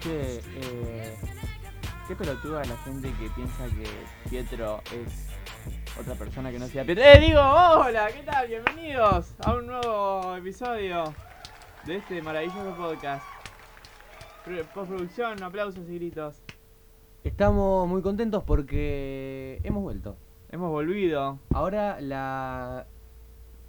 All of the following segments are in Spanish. Che, eh, qué pelotuda la gente que piensa que Pietro es otra persona que no sea Pietro. ¡Eh, digo! ¡Hola! ¿Qué tal? Bienvenidos a un nuevo episodio de este maravilloso podcast. Pro- Postproducción, aplausos y gritos. Estamos muy contentos porque hemos vuelto. Hemos volvido. Ahora la,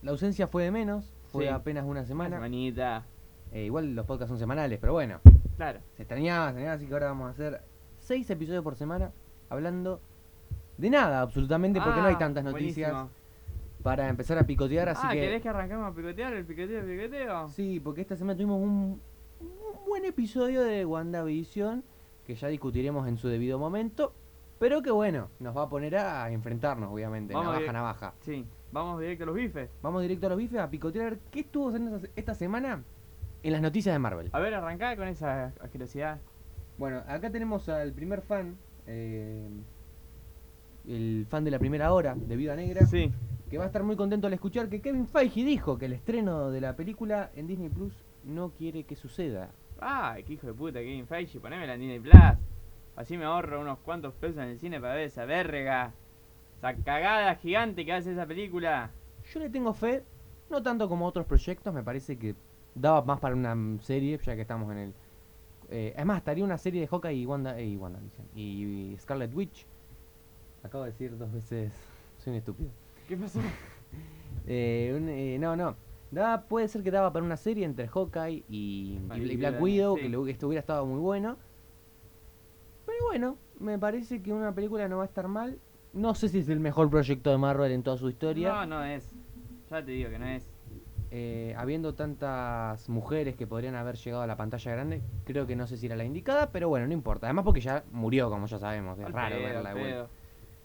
la ausencia fue de menos, fue Sí. apenas una Una semana. semanita. Eh, igual los podcasts son semanales, pero bueno, Claro. se extrañaba, se extrañaba, así que ahora vamos a hacer seis episodios por semana hablando de nada, absolutamente, porque no hay Ah, tantas noticias buenísimo. para empezar a picotear, así ah, que... ¿querés que arrancamos a picotear el picoteo, el picoteo? Sí, porque esta semana tuvimos un, un buen episodio de WandaVision, que ya discutiremos en su debido momento, pero que bueno, nos va a poner a enfrentarnos, obviamente, Vamos navaja a- a navaja. Sí, vamos directo a los bifes. Vamos directo a los bifes a picotear a ver qué estuvo haciendo esta- esta semana en las noticias de Marvel. A ver, arrancá con esa asquerosidad. Bueno, acá tenemos al primer fan, eh, el fan de la primera hora de Viuda Negra, Sí. que va a estar muy contento al escuchar que Kevin Feige dijo que el estreno de la película en Disney Plus no quiere que suceda. Ah, qué hijo de puta, Kevin Feige, poneme la Disney Plus. Así me ahorro unos cuantos pesos en el cine para ver esa verga. Esa cagada gigante que hace esa película. Yo le tengo fe, no tanto como otros proyectos, me parece que daba más para una mm, serie, ya que estamos en el... Eh, es más, estaría una serie de Hawkeye y Wanda, eh, y, WandaVision, y Scarlet Witch. Acabo de decir dos veces, soy un estúpido. ¿Qué pasó? Eh, un- eh, no, no. Daba- puede ser que daba para una serie entre Hawkeye y, y Ah, Bla- y y Viuda Black Negra, Widow, sí. que lo- que esto hubiera estado muy bueno. Pero bueno, me parece que una película no va a estar mal. No sé si es el mejor proyecto de Marvel en toda su historia. No, no es. Ya te digo que no es. eh, habiendo tantas mujeres que podrían haber llegado a la pantalla grande, creo que no sé si era la indicada, pero bueno, no importa. Además porque ya murió, como ya sabemos, es Al raro pedo, verla, al de vuelta, pedo.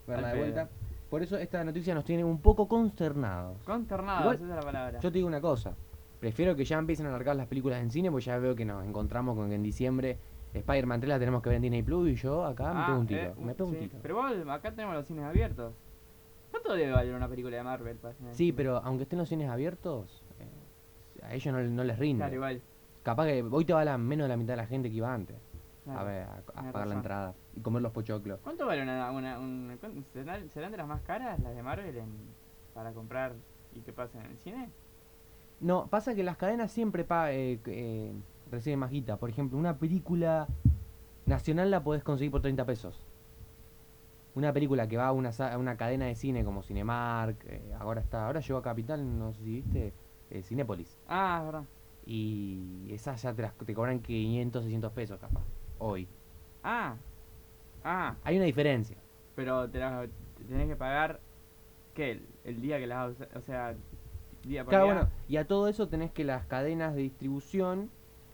verla al de pedo. vuelta. Por eso esta noticia nos tiene un poco consternados. Consternados, Igual- esa es la palabra. Yo te digo una cosa, prefiero que ya empiecen a alargar las películas en cine, porque ya veo que nos encontramos con que en diciembre Spider-Man 3 la tenemos que ver en Disney Plus y yo acá me Ah, pego un eh, tiro, me pego sí. un tiro. Pero vos, acá tenemos los cines abiertos. ¿Cuánto debe valer una película de Marvel? para hacer en el Sí, cine? pero aunque estén los cines abiertos, eh, a ellos no, no les rinde. Claro, igual. Capaz que hoy te va la menos de la mitad de la gente que iba antes. claro. a ver, a, a tenés pagar razón. la entrada y comer los pochoclos. ¿Cuánto vale una, una, un- cuán- serán, serán de las más caras las de Marvel en- para comprar y que pasen en el cine? No, pasa que las cadenas siempre pa- eh, eh, reciben más guita. Por ejemplo, una película nacional la podés conseguir por 30 pesos. Una película que va a una, sa- a una cadena de cine como Cinemark, eh, ahora está, ahora llegó a Capital, no sé si viste, eh, Cinépolis. Ah, es verdad. Y esas ya te, las- te cobran 500, 600 pesos capaz, hoy. Ah, ah, Hay una diferencia. pero te las- te tenés que pagar. ¿Qué? El, el día que las. usa- O sea, día por Claro, día. bueno, y a todo eso tenés que las cadenas de distribución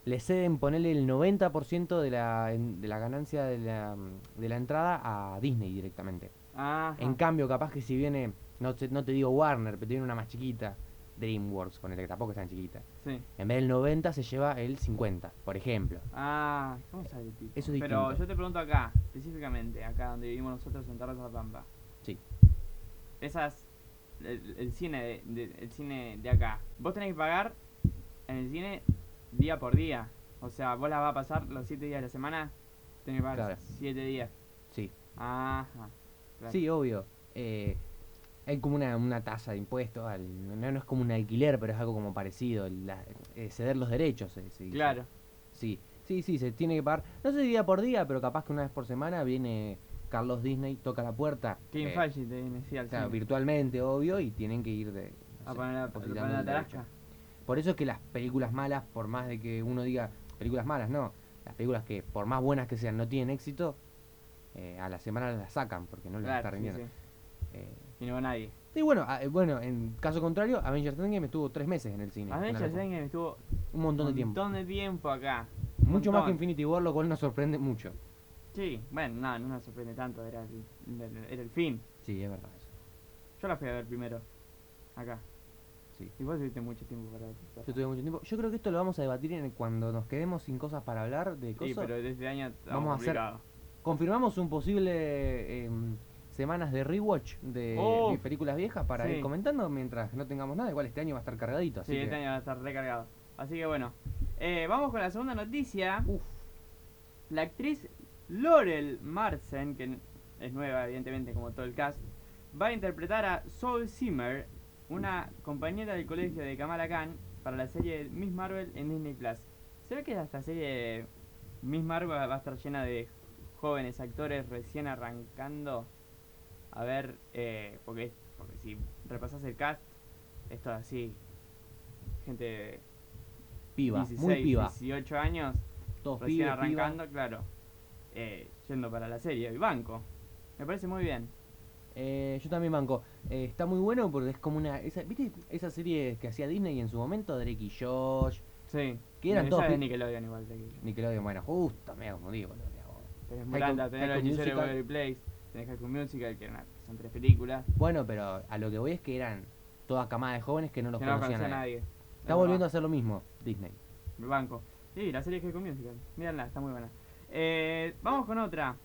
le ceden ponerle el 90% de la, en- de la ganancia de la, mm, de la entrada a Disney directamente. Ah, En cambio, capaz que si viene, no te, no te digo Warner, pero tiene una más chiquita, DreamWorks, con el que tampoco es tan chiquita. sí. En vez del 90 se lleva el 50, por ejemplo. Ah, ¿cómo sale el tipo? Eso es Pero distinto. yo te pregunto acá, específicamente, acá donde vivimos nosotros en Tarras de la Pampa. Sí. Esas. El, el cine de, de- el cine de acá. Vos tenés que pagar en el cine día por día. O sea, vos las vas a pasar los 7 días de la semana. Tenés que pagar Claro. 7 días. Sí, Ajá. claro. sí, obvio. Eh, hay como una, una tasa de impuestos, al- no, no es como un alquiler, pero es algo como parecido, la- eh, ceder los derechos. eh, se dice. Claro. Sí, sí, sí, se tiene que pagar. No sé si día por día, pero capaz que una vez por semana viene Carlos Disney, toca la puerta. Kevin eh, Feige te viene, sí, al claro, cine. virtualmente, obvio, y tienen que ir de. no A sé, poner la, a depositando poner la el derecho. tarasca. Por eso es que las películas malas, por más de que uno diga películas malas, no. Las películas que, por más buenas que sean, no tienen éxito, eh, a la semana las sacan porque no les está Claro, sí, rindiendo. sí. Eh, Y no va nadie. y bueno, a- eh, bueno, en caso contrario, Avengers Endgame estuvo tres meses en el cine. una Avengers locura. Endgame estuvo Un montón de un tiempo. montón de tiempo acá. Mucho más que montón. Infinity War, lo cual nos sorprende mucho. Sí, bueno, no, no nos sorprende tanto, era el, el- era el fin. Sí, es verdad eso. Yo la fui a ver primero, acá. Sí. Y vos tuviste mucho tiempo para ver. Yo tuve mucho tiempo. Yo creo que esto lo vamos a debatir en el- cuando nos quedemos sin cosas para hablar de Sí, cosas. pero desde año estaba Vamos a hacer- complicado. Confirmamos un posible em, semanas de rewatch de Oh. de películas viejas para Sí. ir comentando mientras no tengamos nada. Igual este año va a estar cargadito, así Sí, que este año va a estar recargado. Así que bueno, eh, vamos con la segunda noticia Uf. la actriz Laurel Marsen, que es nueva evidentemente como todo el cast, va a interpretar a Soul Zimmer, una compañera del colegio de Kamala Khan, para la serie Miss Marvel en Disney Plus. ¿Será que esta serie de Miss Marvel va a estar llena de jóvenes actores recién arrancando? A ver, eh, porque, porque si repasas el cast, esto es así, gente de Piba, 16, muy piba. 18 años, Todos recién pibes, pibas. arrancando, claro, eh, yendo para la serie, el banco. Me parece muy bien. Eh, yo también banco. Eh, está muy bueno porque es como una. Esa, ¿Viste esa serie que hacía Disney en su momento? Drake y Josh. Sí. Que eran Esa todos es pi- Nickelodeon igual, te digo. Nickelodeon, bueno, justo, me confundido con lo de ahora. Tenés High Mulanda, School- tenés High los School hechiceros de Musical. Waverly Place, tenés High School Musical, que eran- son tres películas, Bueno, pero a lo que voy es que eran toda camada de jóvenes que no los que no conocían conocía a a nadie. nadie. Está volviendo a hacer lo mismo, Disney. Mi banco. Sí, la serie High School Musical, Mírenla, está muy buena. Eh, vamos con otra.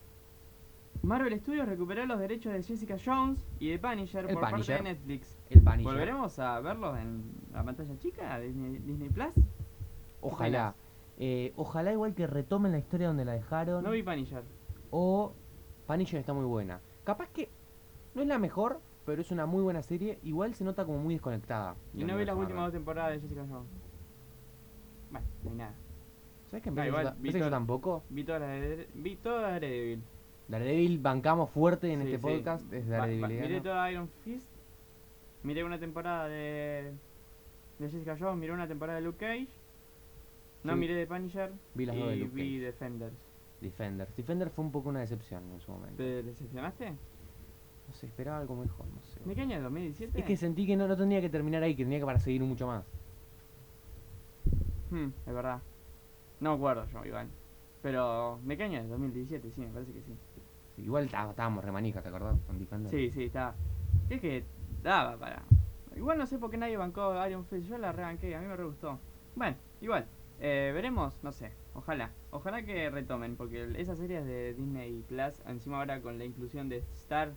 Marvel Studios recuperó los derechos de Jessica Jones y de Punisher El por parte Punisher. de Netflix. El panillo. ¿Volveremos a verlos en la pantalla chica de Disney, Disney Plus? Ojalá. Eh, ojalá igual que retomen la historia donde la dejaron. No vi Punisher. O Punisher está muy buena. Capaz que no es la mejor, pero es una muy buena serie. Igual se nota como muy desconectada. Y no vi las últimas dos temporadas de Jessica Jones. Bueno, no hay nada. ¿Sabes que No, pensé que igual, yo ta- pensé que Víctor- yo tampoco? Vi todas las de, vi todas las de Daredevil. Daredevil bancamos fuerte en Sí, este sí. podcast. Es Va- va- Daredevil. ¿eh? miré ¿no? toda Iron Fist. Miré una temporada de, de Jessica Jones. Miré una temporada de Luke Cage. No Sí. miré de Punisher. Vi las y dos de Luke vi Cage. Defenders. Defenders. Defender fue un poco una decepción en su momento. ¿Te decepcionaste? No sé, esperaba algo mejor, no sé. ¿De qué año? ¿2017? Es que sentí que no, no tendría que terminar ahí, que tenía que para seguir mucho más. Hmm, es verdad. No me acuerdo yo, Iván. Pero, ¿de qué año es? 2017, sí, me parece que sí. Igual tá- estábamos remanijas, ¿te acordás? Con Defender. Sí, sí, está. Es que daba para. Igual no sé por qué nadie bancó Iron Fist. Yo la rebanqué, a mí me re gustó. Bueno, igual. eh, veremos, no sé. Ojalá. Ojalá que retomen, porque el- esas series de Disney Plus, encima ahora con la inclusión de Star,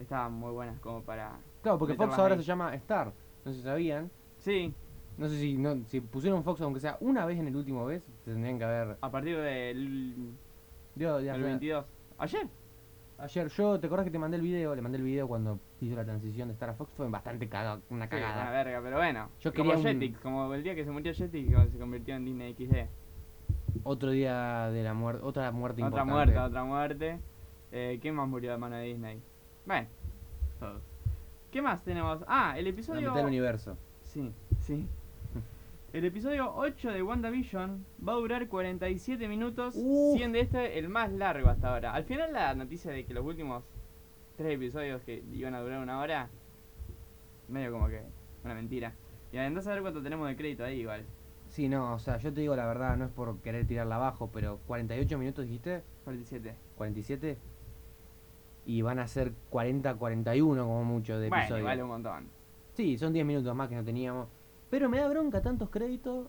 estaban muy buenas como para. Claro, porque Meterlas Fox ahora ahí. se llama Star. No se sabían. Sí, No sé si, no, si pusieron Fox, aunque sea una vez en el último vez, tendrían que haber. a partir del Yo, del 22. ¿Ayer? ayer, yo, ¿te acordás que te mandé el video? Le mandé el video cuando hizo la transición de Star a Fox. Fue bastante caga, una Sí, una cagada. verga, pero bueno. Yo como quería un- Jetix, como el día que se murió Jetix, que se convirtió en Disney XD. Otro día de la muerte, otra muerte Otra importante. muerte, otra muerte. Eh, ¿Quién más murió de mano de Disney? Bueno, todos. ¿Qué más tenemos? Ah, el La episodio. mitad del universo. Sí, sí. El episodio 8 de WandaVision va a durar 47 minutos, Uf. siendo este el más largo hasta ahora. Al final, la noticia de que los últimos tres episodios que iban a durar una hora, medio como que una mentira. Y andás a ver cuánto tenemos de crédito ahí, igual. Sí, no, o sea, yo te digo la verdad, no es por querer tirarla abajo, pero 48 minutos dijiste, 47. 47. Y van a ser 40, 41 como mucho de bueno, episodio. vale un montón. Sí, son 10 minutos más que no teníamos. Pero me da bronca tantos créditos.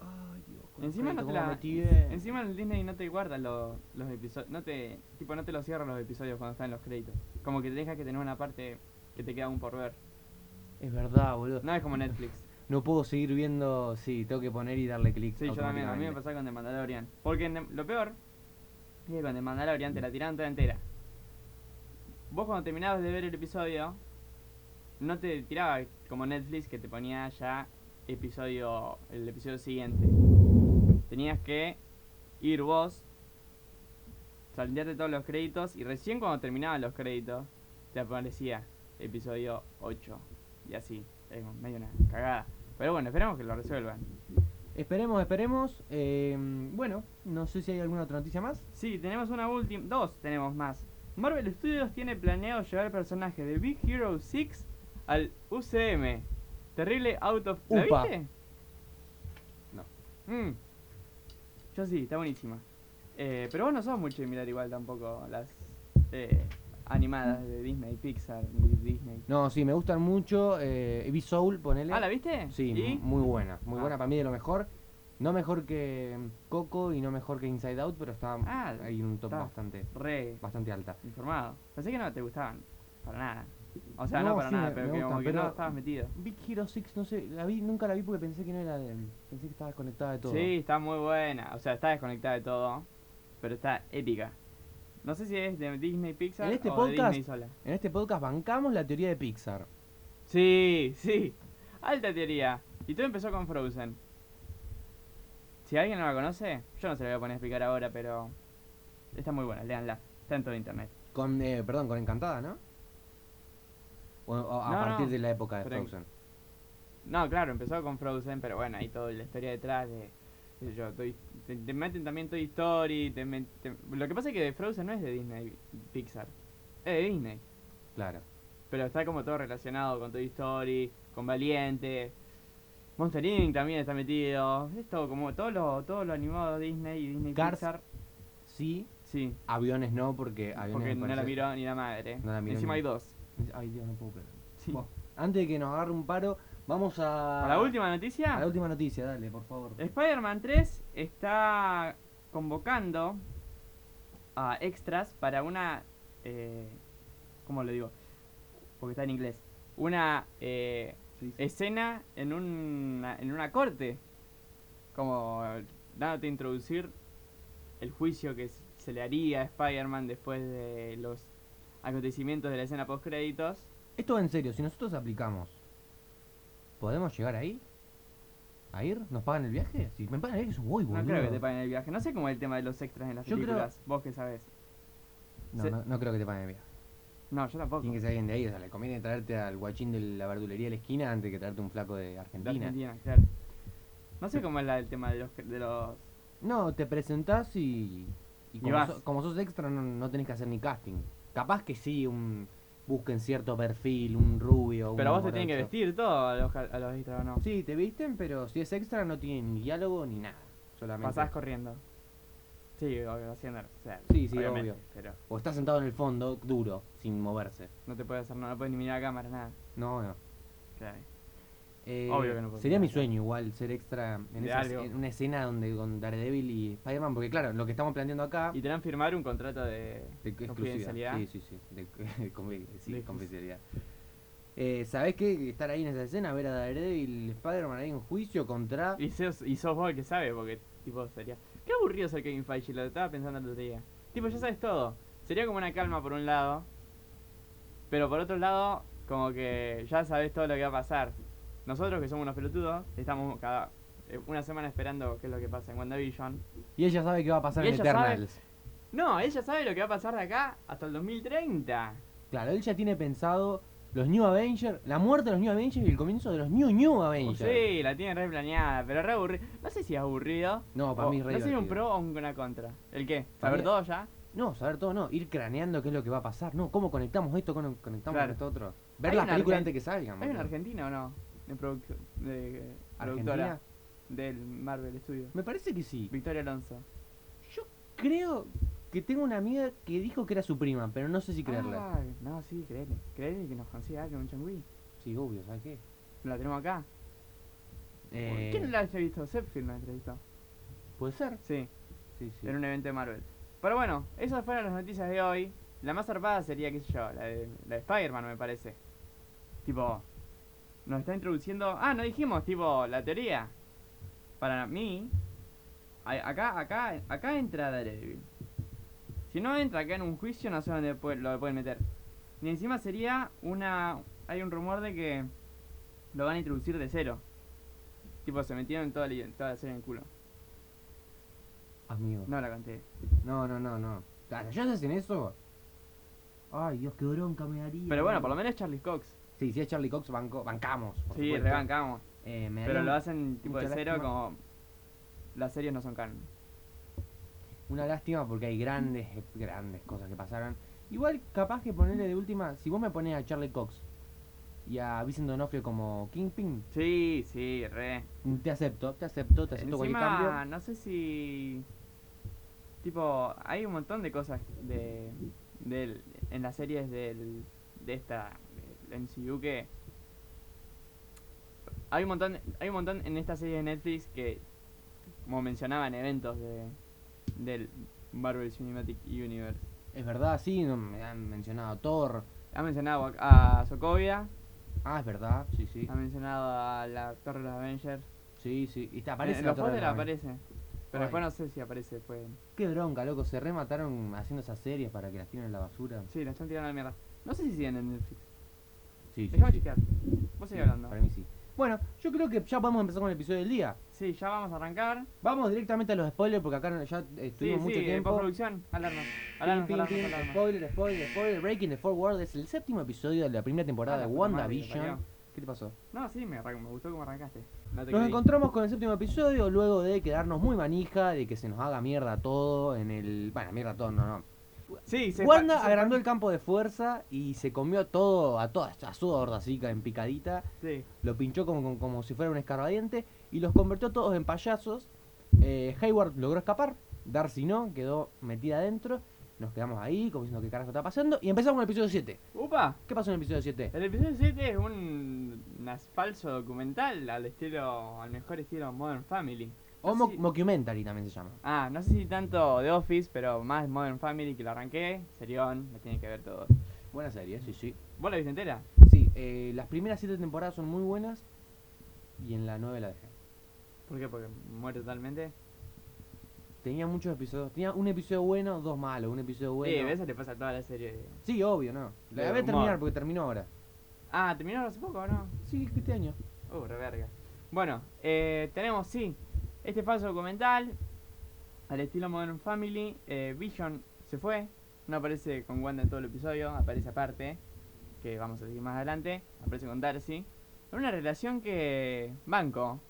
Ay, Dios. con los Encima no créditos, te cómo la- me tié. Encima el Disney no te guarda lo- los episodios, no te, tipo no te los cierra los episodios cuando están los créditos. Como que te deja que tenés una parte que te queda aún por ver. Es verdad, boludo. No. No es como Netflix. puedo seguir viendo. Sí, tengo que poner y darle clic. Sí, yo también, a mí me automáticamente. pasa con The Mandalorian. Porque en The- lo peor es que con The Mandalorian te la tiraron toda entera. Vos cuando terminabas de ver el episodio, no te tiraba como Netflix que te ponía ya episodio el episodio siguiente. Tenías que ir vos, saltearte todos los créditos y recién cuando terminaban los créditos te aparecía episodio 8 y así. Es medio una cagada. Pero bueno, esperemos que lo resuelvan. Esperemos, esperemos. eh, bueno, no sé si hay alguna otra noticia más. Sí, tenemos una última. Dos tenemos más. Marvel Studios tiene planeado llevar personajes de Big Hero 6 al UCM. Terrible Out of. ¿La Upa. viste? No. Mm. Yo sí, está buenísima. Eh, pero vos no sos mucho de mirar igual tampoco las eh, animadas de Disney, Pixar, Di- Disney. No, sí, me gustan mucho. Eh, vi Soul, ponele. Ah, ¿la viste? Sí, ¿Y? muy buena. Muy Ah. buena, para mí de lo mejor. No mejor que mm, Coco y no mejor que Inside Out, pero está Ah, ahí un top está. bastante, Re bastante alta. informado. Pensé que no te gustaban. Para nada. O sea, no, No, para sí, nada, me- pero me que como gustan, que no pero- estabas metido. Big Hero 6, no sé, la vi, nunca la vi porque pensé que no era de. Pensé que estaba desconectada de todo. Sí, está muy buena. O sea, está desconectada de todo. pero está épica. No sé si es de Disney Pixar En este o podcast- de Disney sola. En este podcast bancamos la teoría de Pixar. Sí, sí. Alta teoría. Y todo empezó con Frozen. Si alguien no la conoce, yo no se la voy a poner a explicar ahora, pero está muy buena, leanla. Está en todo internet. Con, eh, perdón, con Encantada, ¿no? O, o a No, partir no, de la época de pero en- Frozen. No, claro, empezó con Frozen, pero bueno, hay toda la historia detrás de... qué sé yo, Toy- te, te meten también Toy Story. te met- te- lo que pasa es que Frozen no es de Disney Pixar. Es de Disney. Claro. Pero está como todo relacionado con Toy Story, con Valiente. Monster Inc. también está metido. Es todo como todo lo, todo lo animado de Disney y Disney Cars. Pixar. Sí, Sí, aviones no, porque aviones porque Ah, me no la parece- miró ni la madre. No la miró Encima ni- hay dos. Ay, Dios, no puedo creer. Sí. Buah. Antes de que nos agarre un paro, vamos a. A la última noticia. A la última noticia, dale, por favor. Spider-Man 3 está convocando a extras para una. Eh, ¿Cómo lo digo? Porque está en inglés. Una eh, escena en una, en una corte. Como dándote a introducir el juicio que s- se le haría a Spider-Man después de los acontecimientos de la escena post-créditos. Esto va en serio, si nosotros aplicamos, ¿podemos llegar ahí? ¿A ir? ¿Nos pagan el viaje? Si me pagan el viaje, yo voy, No boludo. creo que te paguen el viaje. No sé cómo es el tema de los extras en las Yo creo- películas. Vos que sabés. No, Se- no, no creo que te paguen el viaje. No, yo tampoco. Tiene que ser alguien de ahí, o sea, le conviene traerte al guachín de la verdulería de la esquina antes que traerte un flaco de De Argentina. Argentina, claro. No sé cómo es la- el tema de los... De los... No, te presentás y. Y como, vas. so- como sos extra, no, no tenés que hacer ni casting. Capaz que sí, un. Busquen cierto perfil, un rubio. Pero un vos te tienen que morocho. vestir todo a los, ca- a los extras, ¿o no? Sí, te visten, pero si es extra no tiene ni diálogo ni nada. Solamente. Pasás corriendo. Sí, obvio, haciendo... O sea, Sí, sí, obviamente, obvio. Pero O estás sentado en el fondo, duro, sin moverse. no te puedes hacer nada, no puedes ni mirar a cámara, nada. No, no. Claro. Eh, Obvio que no puedo Sería mi mirar. sueño igual ser extra en, De esa- algo. en una escena donde con Daredevil y Spider-Man, porque claro, lo que estamos planteando acá. Y te dan firmar un contrato de... De exclusividad. confidencialidad. Sí, sí, sí. De, confi- sí, De- confidencialidad. Eh, ¿Sabés qué? Estar ahí en esa escena, ver a Daredevil, Spider-Man ahí en juicio contra. Y sos, y sos vos el que sabe, porque, tipo, sería... Qué aburrido ser Kevin Feige, lo estaba pensando el otro día. Tipo, ya sabes todo. Sería como una calma por un lado, pero por otro lado, como que ya sabes todo lo que va a pasar. Nosotros, que somos unos pelotudos, estamos cada eh, una semana esperando qué es lo que pasa en WandaVision. Y ella sabe qué va a pasar Y en ella sabe- Eternals. No, ella sabe lo que va a pasar de acá hasta el 2030. Claro, él ya tiene pensado los New Avengers, la muerte de los New Avengers y el comienzo de los New New Avengers. Sí, la tiene re planeada, pero re aburrido. No sé si es aburrido. No, para o- mí es re Oh, No sé si un divertido. pro o un- una contra. ¿El qué? Para ¿Saber mí- todo ya? No, saber todo no, ir craneando qué es lo que va a pasar, no, cómo conectamos esto, cómo conectamos Claro. esto otro. Ver Hay las una películas Argen- antes que salgan. ¿Hay una boludo. argentina o no? De, produc- de- eh, productora Argentina. del Marvel Studio. Me parece que sí. Victoria Alonso. Yo creo que tengo una amiga que dijo que era su prima, pero no sé si creerla. Ah, no, sí, creele. Creele que nos consiga alguien un changüí. Sí, obvio, ¿sabes qué? La tenemos acá. Eh, ¿Quién la ha entrevistado? Sepfield la entrevistó. Puede ser. Sí, Sí, sí. en un evento de Marvel. Pero bueno, esas fueron las noticias de hoy. La más zarpada sería, qué sé yo, la de, la de Spider-Man, me parece. Tipo, nos está introduciendo. Ah, no dijimos, tipo, la teoría. Para mí, a- acá, acá, acá entra Daredevil. Si no entra acá en un juicio, no sé dónde pue- lo pueden meter. Ni encima sería una. Hay un rumor de que lo van a introducir de cero. Tipo, se metieron toda la, toda la serie en el culo. Amigo. No la canté. No, no, no, no. Claro, ya hacen eso. Ay, Dios, qué bronca me daría. Pero bueno, por lo menos es Charlie Cox. Sí, si es Charlie Cox, banco, bancamos. por Sí, supuesto. rebancamos. Eh, me Pero daría lo hacen tipo de mucha cero lástima. como. Las series no son canon. Una lástima porque hay grandes, eh, grandes cosas que pasaron. Igual, capaz que ponerle de última, si vos me pones a Charlie Cox y a Vincent Donofrio como Kingpin, Sí, sí, re. te acepto, te acepto, te acepto cualquier Encima, cambio. no sé si. Tipo, hay un montón de cosas de, del- en las series del, de esta. del MCU que. Hay un montón hay un montón en esta serie de Netflix que. Como mencionaban, eventos de, del Marvel Cinematic Universe. Es verdad, sí, no, me han mencionado a Thor. Ha mencionado a, a Sokovia, Ah, es verdad, sí, sí. ha mencionado a la Torre de los Avengers. Sí, sí. Y te En- aparece en la los Torre de pósteres la Ave- aparece. Pero Ay. después no sé si aparece después. Qué bronca, loco. Se remataron haciendo esas series para que las tiren en la basura. Sí, la están tirando a la mierda. No sé si siguen en Netflix. Sí, sí, Déjame sí. chequear. Vos seguís hablando. Para mí sí. Bueno, yo creo que ya podemos empezar con el episodio del día. Sí, ya vamos a arrancar. Vamos directamente a los spoilers porque acá no- ya eh, Sí, estuvimos mucho sí, en tiempo. postproducción. Alarma. Pim, Alarma, pim, alarma, pim, alarma. spoiler, spoiler, spoiler. Breaking the Fourth World es el séptimo episodio de la primera temporada Ah, de la puta madre que WandaVision. parió. ¿Qué te pasó? No, sí, me, arran- me gustó cómo arrancaste. No te Nos creí. encontramos con el séptimo episodio luego de quedarnos muy manija, de que se nos haga mierda todo en el... Bueno, mierda todo, no, no. Sí, se Wanda pa- se agrandó pa- el campo de fuerza y se comió todo, a toda a su hordasica en picadita. Sí, lo pinchó como, como, como si fuera un escarbadiente y los convirtió todos en payasos. Eh, Hayward logró escapar, Darcy no, quedó metida adentro. Nos quedamos ahí, como diciendo qué carajo está pasando. Y empezamos con el episodio 7. ¡Upa! ¿Qué pasó en el episodio 7? El episodio 7 es un, un falso documental al estilo, al mejor estilo Modern Family. O sí. mo- Mockumentary también se llama. Ah, no sé si tanto The Office, pero más Modern Family que lo arranqué. Serión, lo tiene que ver todo. Buena serie, sí, sí. ¿Vos la viste entera? Sí, eh, las primeras 7 temporadas son muy buenas y en la 9 la dejé. ¿Por qué? Porque muere totalmente. Tenía muchos episodios. Tenía un episodio bueno, dos malos, un episodio Sí, bueno. eso le pasa a toda la serie. Sí, obvio, ¿no? La De voy a humor. terminar porque terminó ahora. Ah, terminó hace poco, ¿no? Sí, este año. Uh, re verga. Bueno, eh, tenemos, sí, este falso documental al estilo Modern Family. eh, Vision se fue, no aparece con Wanda en todo el episodio, aparece aparte, que vamos a seguir más adelante. Aparece con Darcy. Una relación que. Banco.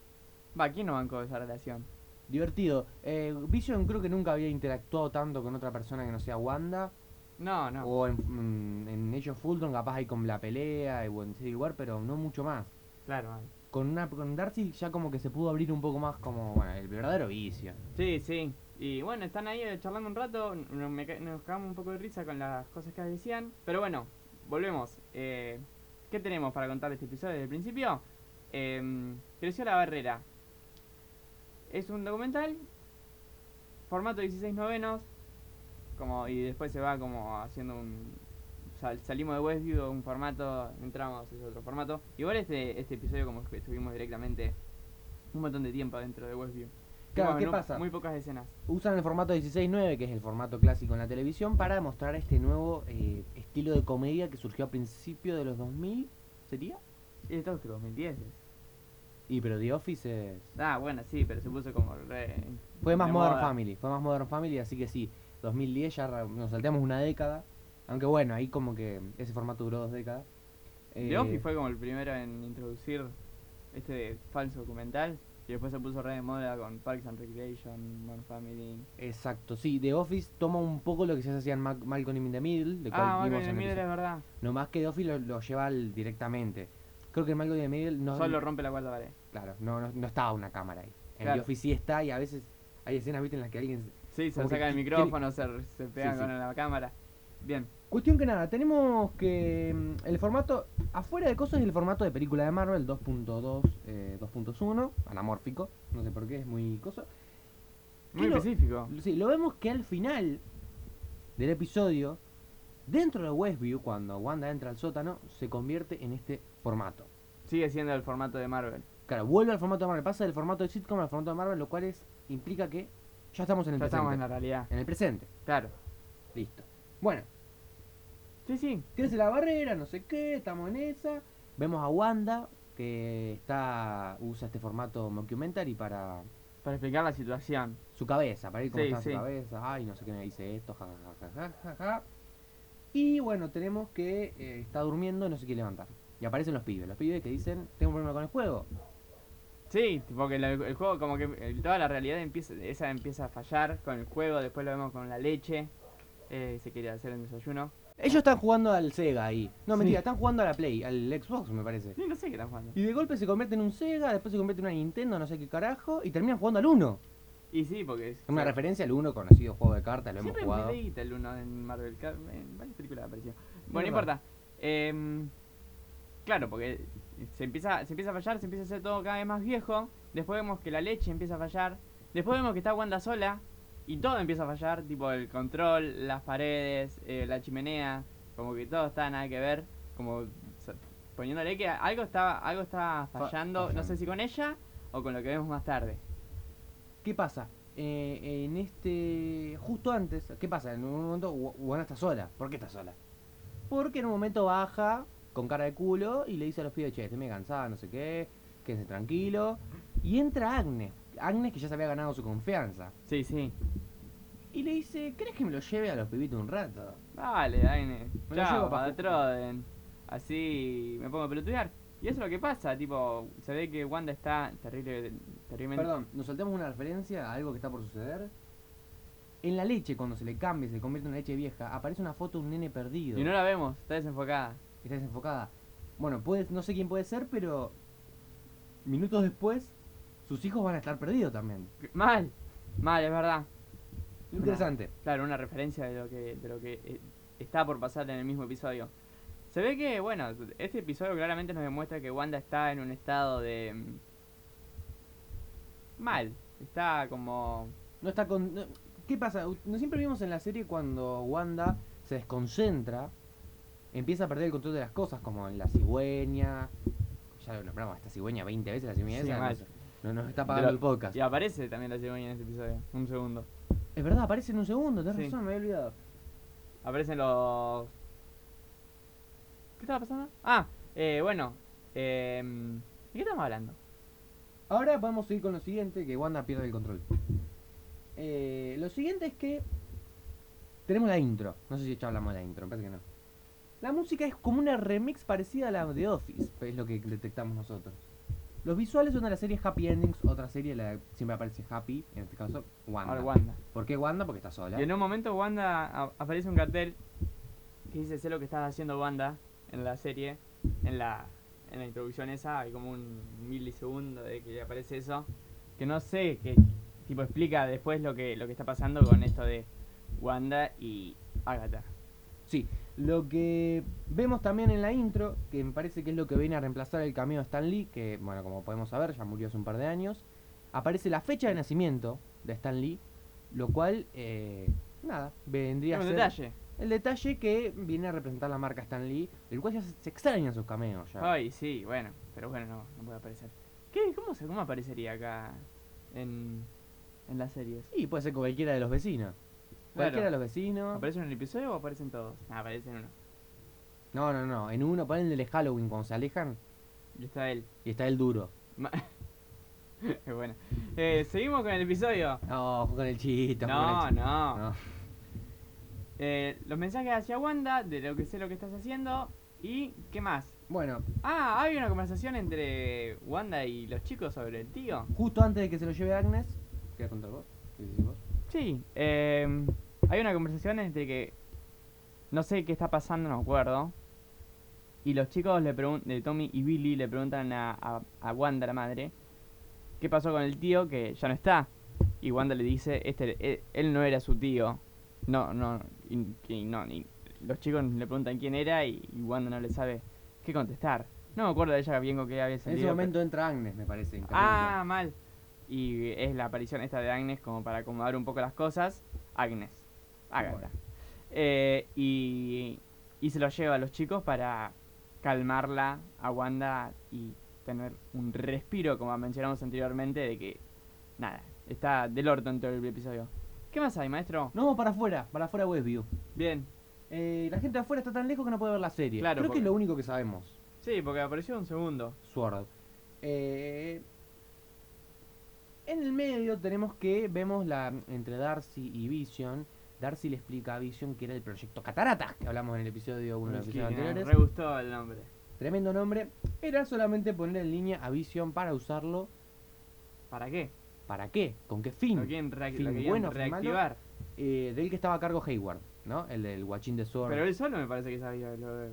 Va, ¿quién no bancó esa relación? Divertido. Eh, Vision creo que nunca había interactuado tanto con otra persona que no sea Wanda. No, no. O en, mm, en Age of Fulton capaz hay con la pelea y o en Civil War, pero no mucho más. Claro, man. Con, una, con Darcy ya como que se pudo abrir un poco más como, bueno, el verdadero vicio. Sí, sí. Y bueno, están ahí eh, charlando un rato, n- nos, me ca- nos cagamos un poco de risa con las cosas que decían. Pero bueno, volvemos. Eh, ¿Qué tenemos para contar de este episodio desde el principio? Em, creció la barrera. Es un documental, formato 16 novenos, como, y después se va como haciendo un... sal- salimos de Westview, un formato, entramos, es otro formato. Igual este, este episodio como que estuvimos directamente un montón de tiempo dentro de Westview. Claro, Bueno, ¿qué no- pasa? Muy pocas escenas. Usan el formato 16.9, que es el formato clásico en la televisión, para mostrar este nuevo eh, estilo de comedia que surgió a principios de los 2000, ¿sería? Y esto es de 2010. es. Y pero The Office es... Ah, bueno, sí, pero se puso como re... Fue más de Modern moda. Family, fue más Modern Family, así que sí, 2010 ya ra- nos salteamos una década. Aunque bueno, ahí como que ese formato duró dos décadas. The Eh, Office fue como el primero en introducir este falso documental. Y después se puso re de moda con Parks and Recreation, Modern Family... Exacto, sí, The Office toma un poco lo que se hacía en Mac- Malcolm in the Middle, de cual Ah, Malcolm vimos en in el the Middle es episodio. verdad. No más que The Office lo, lo lleva al- directamente. Creo que en Malcolm in the Middle no, Solo rompe la cuarta pared. claro, no, no, no estaba una cámara ahí. En Claro. The Office sí está y a veces hay escenas ¿viste? en las que alguien... Sí, se Como que saca el qui- micrófono, se, se pegan sí. con la cámara. Bien. Cuestión que nada, tenemos que mm, el formato, afuera de cosas, es el formato de película de Marvel 2.2, eh, 2.1, anamórfico, no sé por qué, es muy cosa. Muy Quiero- específico. Sí, lo vemos que al final del episodio, dentro de Westview, cuando Wanda entra al sótano, se convierte en este formato. Sigue siendo el formato de Marvel. Claro, vuelve al formato de Marvel, pasa del formato de sitcom al formato de Marvel, lo cual es, implica que ya estamos en el Ya presente. estamos en la realidad. en el presente, Claro. listo. Bueno, Sí, sí. Crece la barrera, no sé qué, estamos en esa. Vemos a Wanda, que está usa este formato mockumentary para Para explicar la situación. su cabeza, para ir cómo Sí, está sí. su cabeza. Ay, no sé qué me dice esto, ja, ja, ja, ja, ja, ja. Y bueno, tenemos que eh, está durmiendo y no se quiere levantar. Y aparecen los pibes, los pibes que dicen, tengo un problema con el juego. Sí, porque el, el juego, como que eh, toda la realidad empieza, esa empieza a fallar con el juego, después lo vemos con la leche, eh, se quería hacer el desayuno. Ellos están jugando al Sega ahí. No, Sí. mentira, están jugando a la Play, al Xbox me parece. Sí, no sé qué están jugando. Y de golpe se convierte en un Sega, después se convierte en una Nintendo, no sé qué carajo, y terminan jugando al 1. Y sí, porque... es- Es una referencia al 1, conocido juego de cartas, lo hemos Siempre jugado. me leíta el uno en Marvel, ca- en varias películas apareció. Bueno, no verdad. importa. Em, claro, porque se empieza, se empieza a fallar, se empieza a hacer todo cada vez más viejo, después vemos que la leche empieza a fallar, después vemos que está Wanda sola y todo empieza a fallar, tipo el control, las paredes, eh, la chimenea, como que todo está nada que ver, como sa- poniéndole que algo está, algo está Fa- fallando, no fallando. sé si con ella o con lo que vemos más tarde. ¿Qué pasa? eh, en este. Justo antes, ¿qué pasa? En un momento, Gu- Guana está sola. ¿Por qué está sola? Porque en un momento baja con cara de culo y le dice a los pibes, che, estoy medio cansada, no sé qué, quédense tranquilo. Y entra Agnes. Agnes que ya se había ganado su confianza. Sí, sí. Y le dice, ¿crees que me lo lleve a los pibitos un rato? Vale, Aine. Me lo Chao, llevo pa' para jugar. Troden. Así me pongo a pelotudear. Y eso es lo que pasa, tipo, se ve que Wanda está terrible, terriblemente... Perdón, nos saltamos una referencia a algo que está por suceder. En la leche, cuando se le cambia y se convierte en una leche vieja, aparece una foto de un nene perdido. Y no la vemos, está desenfocada. Está desenfocada. Bueno, puede, no sé quién puede ser, pero minutos después, sus hijos van a estar perdidos también. Mal, mal, es verdad. Interesante. Claro, una referencia de lo que, de lo que eh, está por pasar en el mismo episodio. Se ve que, bueno, este episodio claramente nos demuestra que Wanda está en un estado de... mm, Mal. Está como... No está con. no- ¿Qué pasa? U- no siempre vimos en la serie cuando Wanda se desconcentra, empieza a perder el control de las cosas, como en la cigüeña. Ya lo nombramos, esta cigüeña 20 veces, la cigüeña Sí, esa, mal. nos- no nos está de pagando lo- el podcast. Y aparece también la cigüeña en este episodio. Un segundo. Es verdad, aparece en un segundo, tenés Sí. razón, me había olvidado. Aparecen los... ¿Qué estaba pasando? Ah, eh, bueno. Eh, ¿De qué estamos hablando? Ahora podemos seguir con lo siguiente, que Wanda pierde el control. Eh, lo siguiente es que tenemos la intro. No sé si ya hablamos de la intro, me parece que no. La música es como una remix parecida a la de Office, es lo que detectamos nosotros. Los visuales son de la serie Happy Endings, otra serie la siempre aparece Happy, en este caso Wanda. Ahora Wanda. ¿Por qué Wanda? Porque está sola. Y en un momento Wanda a- aparece un cartel que dice sé lo que estás haciendo Wanda en la serie, en la en la introducción esa, hay como un milisegundo de que aparece eso, que no sé que tipo explica después lo que lo que está pasando con esto de Wanda y Agatha. Sí, lo que vemos también en la intro, que me parece que es lo que viene a reemplazar el cameo de Stan Lee, que, bueno, como podemos saber, ya murió hace un par de años, aparece la fecha de nacimiento de Stan Lee, lo cual, eh, nada, vendría Es a un ser detalle. el detalle que viene a representar la marca Stan Lee, el cual ya se, se extrañan sus cameos ya. Ay, sí, bueno, pero bueno, no, no puede aparecer. ¿Qué cómo se cómo aparecería acá en en las series? Y puede ser con cualquiera de los vecinos. Cualquiera de los vecinos. ¿Aparece en el episodio o aparecen todos? Ah, aparece en uno. No, no, no. En uno, ponen el de Halloween cuando se alejan Y está él. y está el duro. Ma- Qué bueno. Eh, Seguimos con el episodio. No, fue con el chiste. fue con el No, chiste. no. No. Eh, los mensajes hacia Wanda, de lo que sé lo que estás haciendo. ¿Y qué más? Bueno, Ah, hay una conversación entre Wanda y los chicos sobre el tío. Justo antes de que se lo lleve Agnes, ¿qué contar vos? ¿Qué decís vos? Sí. eh, hay una conversación entre que... No sé qué está pasando, no me acuerdo. Y los chicos le preguntan, Tommy y Billy le preguntan a, a- a Wanda, la madre, qué pasó con el tío que ya no está. Y Wanda le dice, este, e- él no era su tío. No, no, y, y no, y los chicos le preguntan quién era y, y Wanda no le sabe qué contestar. No me acuerdo de ella bien con qué había En salido. ese pero- momento entra Agnes, me parece. en Ah, mal. Y es la aparición esta de Agnes como para acomodar un poco las cosas. Agnes. Agatha. Bueno. Eh, y, y se lo lleva a los chicos para calmarla a Wanda y tener un respiro, como mencionamos anteriormente, de que, nada, está del orto en todo el episodio. ¿Qué más hay, maestro? No, para afuera, para afuera Westview. Bien. Eh, la gente de afuera está tan lejos que no puede ver la serie. Claro, Creo porque- que es lo único que sabemos, Sí, porque apareció un segundo. Sword. Eh, en el medio tenemos que vemos la entre Darcy y Vision. Darcy le explica a Vision que era el proyecto Cataratas, que hablamos en el episodio 1 de los Sí, episodios me anteriores. re gustó el nombre. Tremendo nombre. Era solamente poner en línea a Vision para usarlo. ¿Para qué? ¿Para qué? ¿Con qué fin? Lo quieren, reac- lo Fin querían bueno, fin malo. reactivar. eh, del que estaba a cargo Hayward, ¿no? El del guachín de Sword. Pero él solo me parece que sabía lo de-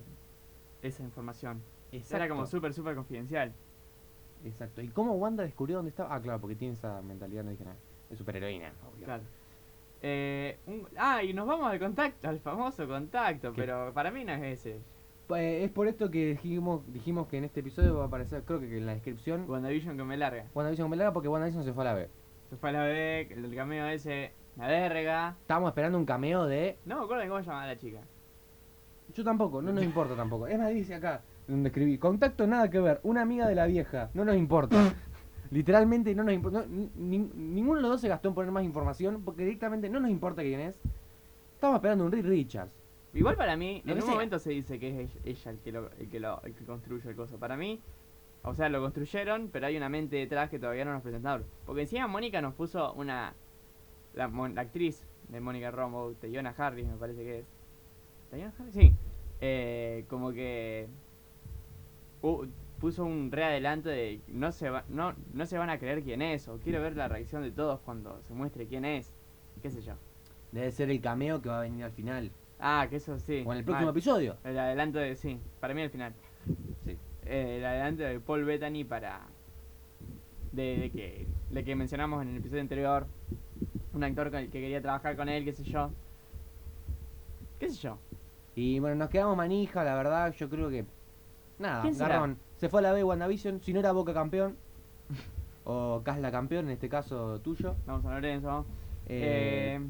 esa información. Era como súper, súper confidencial. Exacto. ¿Y cómo Wanda descubrió dónde estaba? Ah, claro, porque tiene esa mentalidad, no dije nada. Es superheroína, obvio. Claro. Eh, un- ah, y nos vamos al contacto, al famoso contacto, ¿Qué? pero para mí no es ese. Eh, es por esto que dijimos, dijimos que en este episodio va a aparecer, creo que en la descripción, WandaVision que me larga. WandaVision con Belaga porque WandaVision se fue a la B. Se fue a la B, el del cameo ese, la verga. Estábamos esperando un cameo de... No me acuerdo de cómo llamaba la chica. Yo tampoco, no nos importa tampoco. Es más, dice acá, donde escribí, contacto nada que ver, una amiga de la vieja, no nos importa. Literalmente no nos impo- no, ni- ni- ninguno de los dos se gastó en poner más información porque directamente no nos importa quién es. Estamos esperando un Reed Richards. Igual para mí, Lo en un que sea. momento se dice que es ella el que, lo, el, que lo, el que construye el coso. Para mí, o sea, lo construyeron, pero hay una mente detrás que todavía no nos presentaron. Porque encima Mónica nos puso una... La, mon- la actriz de Mónica Rombo, Teyona Harris me parece que es. ¿Teyona Harris? Sí. Eh, como que... hu- puso un readelanto de no se, va- no, no se van a creer quién es, o quiero ver la reacción de todos cuando se muestre quién es, qué sé yo. Debe ser el cameo que va a venir al final. Ah, que eso sí. O en mal. el próximo episodio. El adelanto de, sí, para mí al final. Sí. Eh, el adelanto de Paul Bettany para. De, de que, de que mencionamos en el episodio anterior. Un actor con el que quería trabajar con él, qué sé yo. ¿Qué sé yo? Y bueno, nos quedamos manija, la verdad, yo creo que. Nada, ¿Quién será? garrón. Se fue a la B WandaVision, si no era Boca campeón. o Casla campeón, en este caso tuyo. Vamos a Lorenzo. Eh, Eh,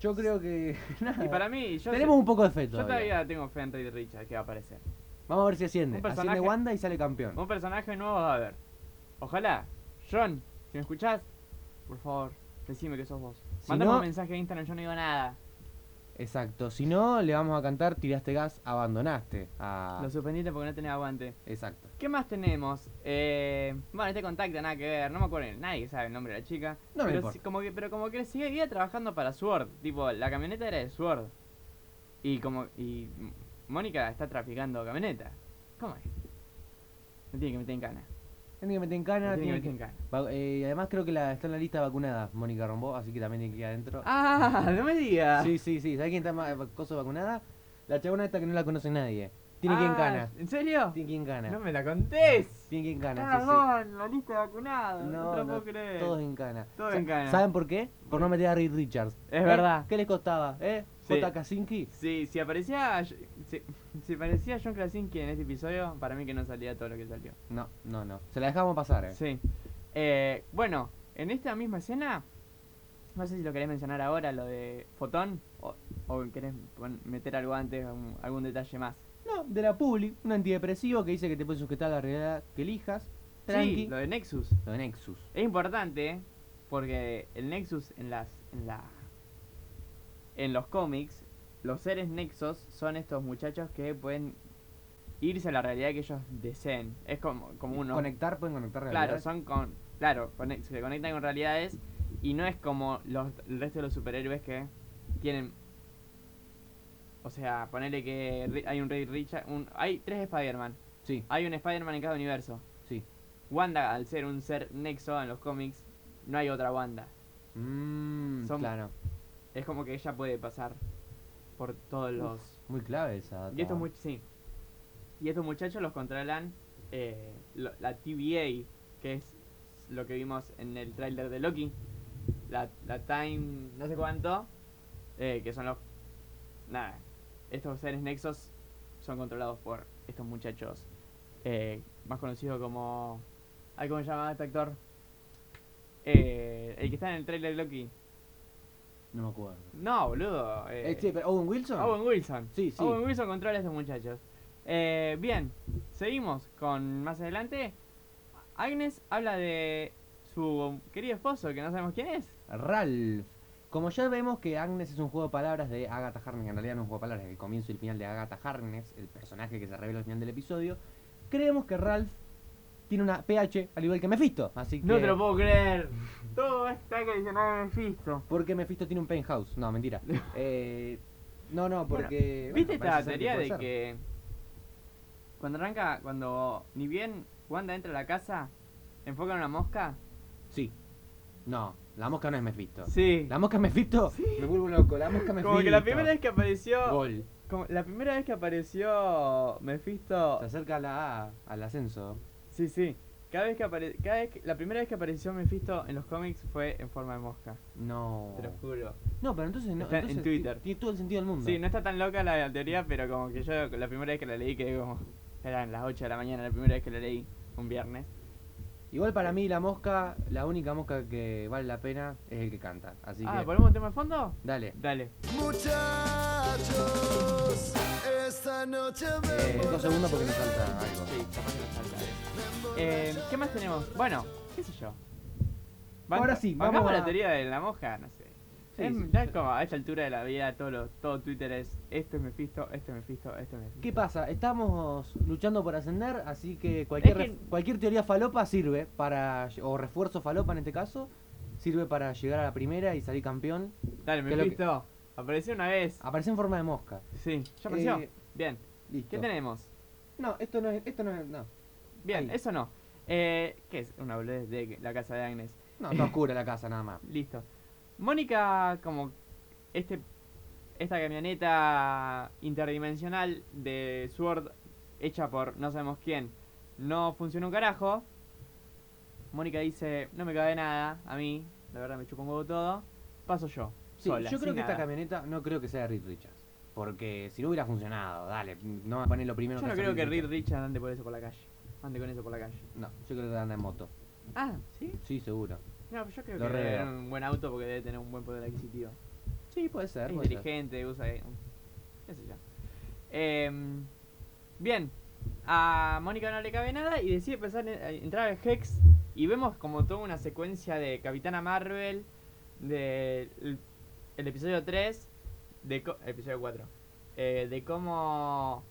yo creo que. nada. y para mí, yo, Tenemos un poco de fe yo todavía. todavía tengo fe en Reed Richards que va a aparecer. Vamos a ver si asciende. Un Asciende personaje- Wanda y sale campeón. Un personaje nuevo va a haber. Ojalá, John, si me escuchás, por favor, decime que sos vos. Si Mandame no- un mensaje a Instagram, yo no digo nada. Exacto. Si no, le vamos a cantar Tiraste gas, abandonaste. a- Lo suspendiste porque no tenés aguante. Exacto. ¿Qué más tenemos? Eh, bueno, este contacto nada que ver, no me acuerdo, nadie sabe el nombre de la chica. No me pero importa. sí- como que, pero como que seguía trabajando para Sword, tipo, la camioneta era de Sword. Y como y M- Mónica está traficando camioneta. ¿Cómo es? Me tiene que meter en cana. Tiene que meter en Me cana. tiene que tiene meter en que- cana. va- eh, además, creo que la, está en la lista vacunada Mónica Rombó, así que también tiene que ir adentro. Ah, no me digas. Sí, sí, sí. ¿Sabes quién está más cosa vacunada? La chabona esta que no la conoce nadie. Tiene que ir en Ah, cana. ¿En serio? Tiene que ir en cana. No me la contés. Tiene que ir en cana. sí, sí. Cagón, la lista de vacunados. No, No, te lo no, puedo creer. Todos en cana. Todos Sa- en cana. ¿Saben por qué? Por no meter a Reed Richards. Es verdad. ¿Qué les costaba? ¿Eh? Sí. J. Kaczynski. Sí, si aparecía si, si aparecía John Krasinski en este episodio, para mí que no salía todo lo que salió. No, no, no. Se la dejamos pasar, eh. Sí. Eh, bueno, en esta misma escena, no sé si lo querés mencionar ahora, lo de Fotón, o, o querés pon- meter algo antes, algún, algún detalle más. No, de la Publi, un antidepresivo que dice que te puedes sujetar a la realidad que elijas. Tranqui. Sí, lo de Nexus. Lo de Nexus. Es importante porque el Nexus en las en la en los cómics, los seres Nexus son estos muchachos que pueden irse a la realidad que ellos deseen. Es como como uno Conectar, pueden conectar Claro, realidades. son con. Claro, conex- se conectan con realidades y no es como los, el resto de los superhéroes que tienen. O sea, ponele que ri- hay un Rey Richard. Un, hay tres Spider-Man. Sí, Hay un Spider-Man en cada universo. sí. Wanda, al ser un ser nexo en los cómics, no hay otra Wanda. Mm, Son- Claro. Es como que ella puede pasar por todos los. Muy clave esa. data. Y estos, much- sí. y estos muchachos los controlan eh, lo- la TVA, que es lo que vimos en el tráiler de Loki. La, la Time, no sé cuánto, eh, que son los... Nada, estos seres nexos son controlados por estos muchachos, eh, más conocidos como... Ay, ¿Cómo se llama este actor? Eh, el que está en el tráiler de Loki. No me acuerdo. No, boludo. eh, Eh, sí, pero Owen Wilson. Owen Wilson. Sí, sí. Owen Wilson controla a estos muchachos. Eh, bien, seguimos con más adelante. Agnes habla de su querido esposo, que no sabemos quién es. Ralph. Como ya vemos que Agnes es un juego de palabras de Agatha Harkness, en realidad no es un juego de palabras, es el comienzo y el final de Agatha Harkness, el personaje que se revela al final del episodio, creemos que Ralph tiene una PH al igual que Mephisto, así que... No te lo puedo creer. Todo este está condicionado en Mephisto. Porque Mephisto tiene un penthouse. No, mentira. Eh, no, no, porque. ¿Viste bueno, esta parece ser teoría puede de ser. que cuando arranca, cuando ni bien Wanda entra a la casa, enfocan una mosca? Sí. No, la mosca no es Mephisto. Sí. La mosca es Mephisto. Me vuelvo loco. La mosca es Mephisto. Como que la primera vez que apareció, Gol. como la primera vez que apareció Mephisto Se acerca a la A, al ascenso. Sí, sí. Cada vez que apare... cada vez que- La primera vez que apareció Mephisto en los cómics fue en forma de mosca. No. Te lo juro. No, pero entonces no. Está en entonces Twitter. ti- Tiene todo el sentido del mundo. Sí, no está tan loca la teoría, pero como que yo la primera vez que la leí quedé como... Eran las 8 de la mañana la primera vez que la leí, un viernes. Igual para mí, la mosca, la única mosca que vale la pena es el que canta. Así ah, que. ¿ponemos un tema de fondo? Dale. Dale. Muchachos, esta noche Eh, me dos segundos porque me falta algo. Eh, Sí, capaz que nos falta. Eh, ¿Qué más tenemos? Bueno, qué sé yo. Ahora sí, bancamos vamos a- la teoría de la moja, no sé. Sí, Es- sí, ya sí. como a esta altura de la vida todo, lo- todo Twitter es este es Mephisto, este es Mephisto, este es Mephisto. ¿Qué pasa? Estamos luchando por ascender, así que cualquier, Es que- ref- cualquier teoría falopa sirve para, o refuerzo falopa en este caso, sirve para llegar a la primera y salir campeón. Dale, ¿Qué es lo que- Mephisto. Apareció una vez. Aparece en forma de mosca. Sí, ya apareció. Eh, Bien. Listo. ¿Qué tenemos? No, esto no es, esto no es, no. Bien, Ahí. eso no. Eh, ¿Qué es? Una boludez de la casa de Agnes. No, está oscura la casa nada más. Listo. Mónica, como este esta camioneta interdimensional de Sword hecha por no sabemos quién, no funciona un carajo. Mónica dice, no me cabe nada a mí, la verdad me chupa un huevo todo. Paso yo. Sí, sola, yo sin creo que esta nada". camioneta no creo que sea de Reed Richards. Porque si no hubiera funcionado, dale, no me poner lo primero Yo que no hace creo que Reed Reed Richards ande por eso por la calle. Ande con eso por la calle. Richards. No, yo creo que anda en moto. Ah, ¿sí? Sí, seguro. No, yo creo Lo que debe reveo. tener un buen auto porque debe tener un buen poder adquisitivo. Sí, puede ser. Es puede ser. inteligente, usa. eh, qué sé yo. Em, bien, a Mónica no le cabe nada y decide empezar en- a entrar al Hex. Y vemos como toda una secuencia de Capitana Marvel, del el episodio 3, de co- episodio 4, eh, de cómo.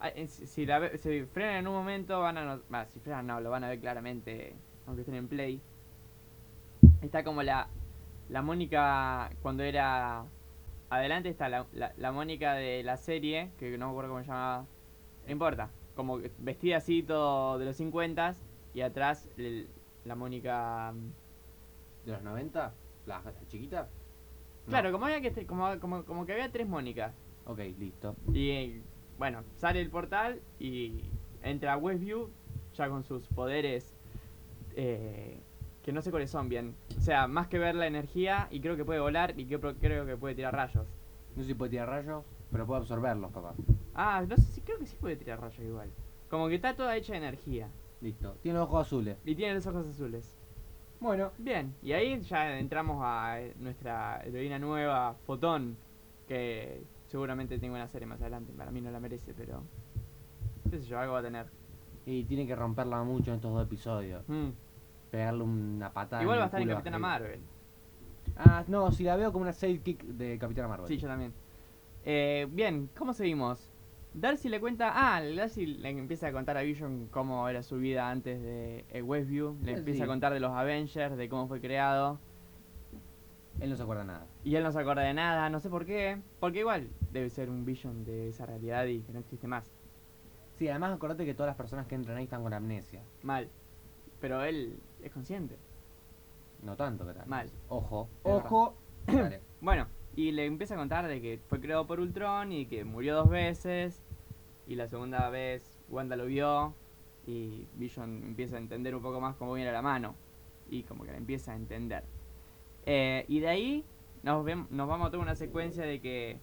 ah, en- Si, si la ve- si frenan en un momento, van a. no- bah, si frenan, no, lo van a ver claramente, aunque estén en play. Está como la, la Mónica cuando era adelante está la, la- la Mónica de la serie, que no me acuerdo cómo se llamaba. No importa. Como que vestida así todo de los 50 y atrás el- la Mónica... mm, ¿De los 90? ¿Las las chiquitas? No. Claro, como, había que, este- como, como, como que había tres Mónicas. Ok, listo. Y eh, bueno, sale el portal y entra a Westview ya con sus poderes eh, que no sé cuáles son bien. O sea, más que ver la energía y creo que puede volar y que, pro- creo que puede tirar rayos. No sé si puede tirar rayos, pero puede absorberlos, capaz. Ah, no sé, si- creo que sí puede tirar rayos igual. Como que está toda hecha de energía. Listo. Tiene los ojos azules. Y tiene los ojos azules. Bueno, Bien, y ahí ya entramos a eh, nuestra heroína nueva, Fotón, que seguramente tenga una serie más adelante. Para mí no la merece, pero... qué sé yo, algo va a tener. y tiene que romperla mucho en estos dos episodios. Mm. Pegarle una patada. Igual va a el estar en culo Capitana Heidi. Marvel. Ah, no, si la veo como una sidekick de Capitana Marvel. Sí, yo también. Eh, bien, ¿cómo seguimos? Darcy le cuenta... Ah, Darcy le empieza a contar a Vision cómo era su vida antes de eh, Westview. Le Ah, empieza a sí. contar de los Avengers, de cómo fue creado. Él no se acuerda nada. Y él no se acuerda de nada, no sé por qué. Porque igual debe ser un vision de esa realidad y que no existe más. Sí, además acordate que todas las personas que entran ahí están con amnesia. Mal. Pero él es consciente. No tanto, ¿qué tal? Mal. Ojo. Tenés Ojo. Dale. Bueno, y le empieza a contar de que fue creado por Ultron y que murió dos veces. Y la segunda vez Wanda lo vio. Y Vision empieza a entender un poco más cómo viene la mano. Y como que la empieza a entender. Eh, y de ahí nos, vem- nos vamos a toda una secuencia de que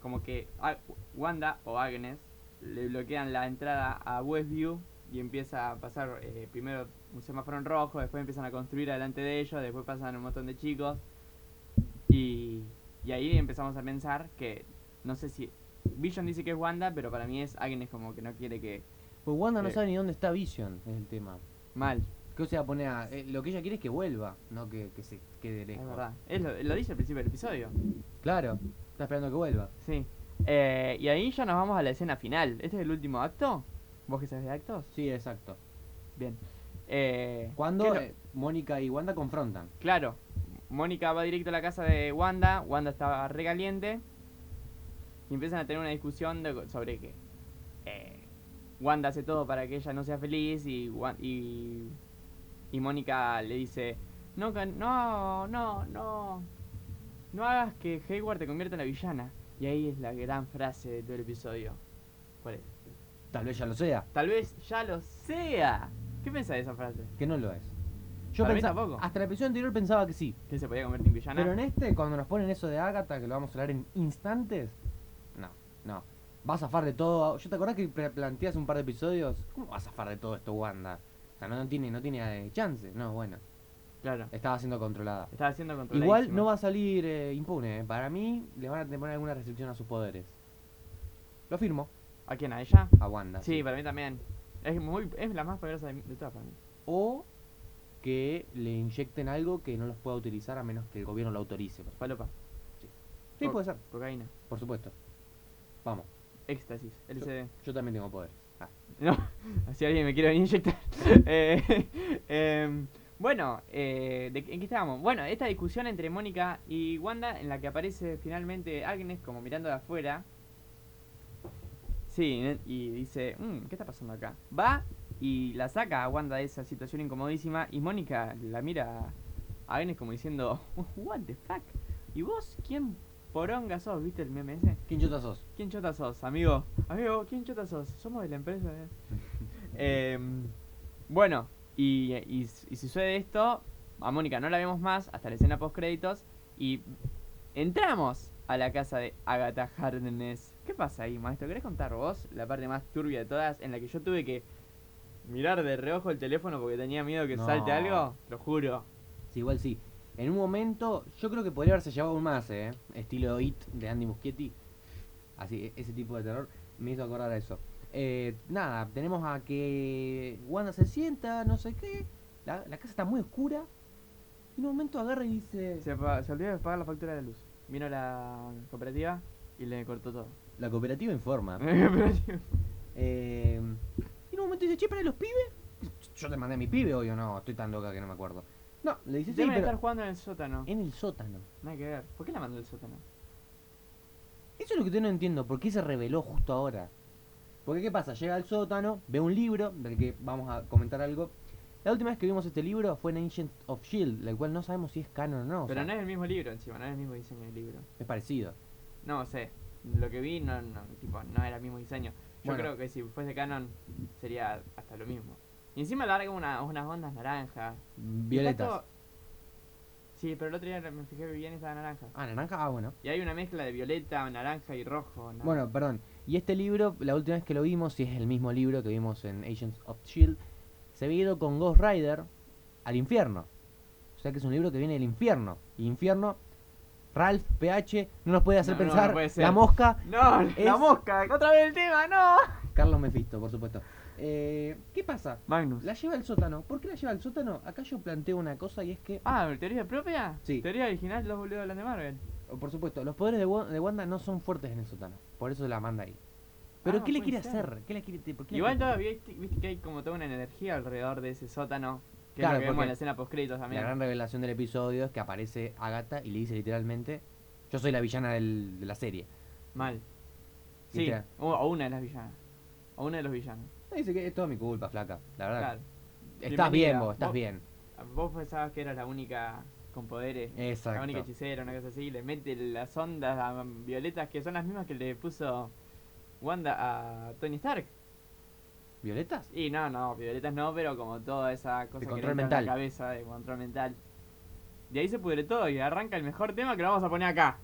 como que a- Wanda o Agnes le bloquean la entrada a Westview y empieza a pasar eh, primero un semáforo en rojo, después empiezan a construir adelante de ellos, después pasan un montón de chicos y, y ahí empezamos a pensar que no sé si Vision dice que es Wanda, pero para mí es Agnes como que no quiere que Pues Wanda no Eh. sabe ni dónde está Vision, es el tema. mal, Que o sea, pone a. eh, lo que ella quiere es que vuelva, no que, que se quede es lejos. verdad. Él lo, él lo dice al principio del episodio. Claro, está esperando que vuelva. Sí. Eh, y ahí ya nos vamos a la escena final. ¿Este es el último acto? ¿Vos que sabés de actos? Sí, exacto. Bien. Eh, Cuando ¿qué lo- eh, Mónica y Wanda confrontan. Claro. Mónica va directo a la casa de Wanda. Wanda estaba regaliente. Y empiezan a tener una discusión de- sobre que eh, Wanda hace todo para que ella no sea feliz. Y, Wa- y, y Mónica le dice: no, can- no, no, no. No hagas que Hayward te convierta en la villana. Y ahí es la gran frase de todo el episodio. ¿Cuál es? Tal vez ya lo sea, Tal vez ya lo sea. ¿Qué pensás de esa frase? que no lo es. Yo Para mí pensaba. tampoco. Ah, Hasta la episodio anterior pensaba que sí. ¿Que se podía convertir en villana? Pero en este, cuando nos ponen eso de Agatha, que lo vamos a hablar en instantes. No, no. Va a zafar de todo. ¿Yo te acordás que pre- planteé hace un par de episodios? ¿Cómo va a zafar de todo esto, Wanda? O sea, no, no tiene, no tiene eh, chance. No, bueno. Claro. Estaba siendo controlada. Estaba siendo controladísima. Igual no va a salir eh, impune. eh. Para mí, le van a poner alguna restricción a sus poderes. Lo firmo. ¿A quién? ¿A ella? A Wanda. Sí, para mí también. Es, muy, es la más poderosa de, de todas para mí. O que le inyecten algo que no los pueda utilizar a menos que el gobierno lo autorice. por- Palopa, Sí, Por- puede ser, cocaína, por supuesto. Vamos, éxtasis, LCD. yo también tengo poderes. Ah, No, así alguien me quiere venir a inyectar. Eh, em, bueno, eh, ¿de qué- ¿en qué estábamos? Bueno, esta discusión entre Mónica y Wanda, en la que aparece finalmente Agnes como mirando de afuera. Sí, ne- y dice, "Mm, ¿qué está pasando acá? Va y la saca a Wanda de esa situación incomodísima y Mónica la mira a Agnes como diciendo, what the fuck? ¿Y vos quién poronga sos? ¿Viste el meme ese? ¿Quién chota sos? ¿Quién chota sos, amigo? Amigo, ¿quién chota sos? Somos de la empresa. ¿eh? Em, bueno, y, y- y sucede esto, a Mónica no la vemos más hasta la escena post créditos y entramos a la casa de Agatha Harkness. ¿Qué pasa ahí, maestro? ¿Querés contar vos la parte más turbia de todas en la que yo tuve que mirar de reojo el teléfono porque tenía miedo que No. salte algo? Lo juro. Sí, igual sí. En un momento, yo creo que podría haberse llevado un más, ¿eh? Estilo It de Andy Muschietti. Así, e- ese tipo de terror me hizo acordar a eso. Eh, nada, tenemos a que Wanda se sienta, no sé qué. La, la casa está muy oscura. Y en un momento agarra y dice... Eh, Se, apa- se olvidó de pagar la factura de la luz. Vino la cooperativa y le cortó todo. La cooperativa informa. Eh, y en un momento dice, che, para los pibes. Yo te mandé a mi pibe hoy o no, estoy tan loca que no me acuerdo. No, le dice, sí, Deben pero estar jugando en el sótano. en el sótano. Nada que ver. ¿Por qué la mandó al sótano? Eso es lo que yo no entiendo, ¿por qué se reveló justo ahora? Porque ¿qué pasa? Llega al sótano, ve un libro, del que vamos a comentar algo. La última vez que vimos este libro fue en Ancient of Shield, el cual no sabemos si es canon o no. o Pero sea, no es el mismo libro encima, no es el mismo diseño del libro. es parecido. No sé. Lo que vi no, no, tipo, no era el mismo diseño. Yo Bueno. creo que si fuese canon sería hasta lo mismo. Y encima larga una- unas ondas naranjas. Y está Violetas. todo- Sí, pero el otro día me fijé bien estaba naranja. Ah, naranja, ah, bueno. Y hay una mezcla de violeta, naranja y rojo. ¿no? Bueno, perdón. Y este libro, la última vez que lo vimos, si es el mismo libro que vimos en Agents of Shield, E se había ido con Ghost Rider al infierno. O sea que es un libro que viene del infierno. Y infierno, Ralph, PH, no nos puede hacer No, no, no pensar puede ser. la mosca. No, la es- mosca, otra vez el tema, no. Carlos Mefisto, por supuesto. Eh, ¿Qué pasa? Magnus. La lleva al sótano. ¿Por qué la lleva al sótano? Acá yo planteo una cosa y es que, Ah, ¿teoría propia? Sí. Teoría original, los boludos hablan de Marvel. por supuesto, los poderes de, Wa- de Wanda no son fuertes en el sótano. Por eso la manda ahí. Pero Ah, ¿qué le puede quiere ser. hacer? ¿Qué le quiere, te- por qué le Igual quiere- todavía viste, viste que hay como toda una energía alrededor de ese sótano. Que Claro, es lo que vemos porque en la escena post créditos La también. gran revelación del episodio es que aparece Agatha y le dice literalmente, yo soy la villana del- de la serie. Mal. Sí, ¿Viste? o, o una de las villanas. O una de los villanos. Me dice que es toda mi culpa, flaca. La verdad. Claro. Bienvenida. Estás bien vos, estás Vos- ah, bien. Vos pensabas que eras la única con poderes. La única Exacto. hechicera, una cosa así. Le mete las ondas a- violetas que son las mismas que le puso Wanda a Tony Stark. ¿Violetas? Y no, no, violetas no, pero como toda esa cosa que le entra control en mental. la cabeza de control mental. De ahí se pudre todo y arranca el mejor tema que lo vamos a poner acá.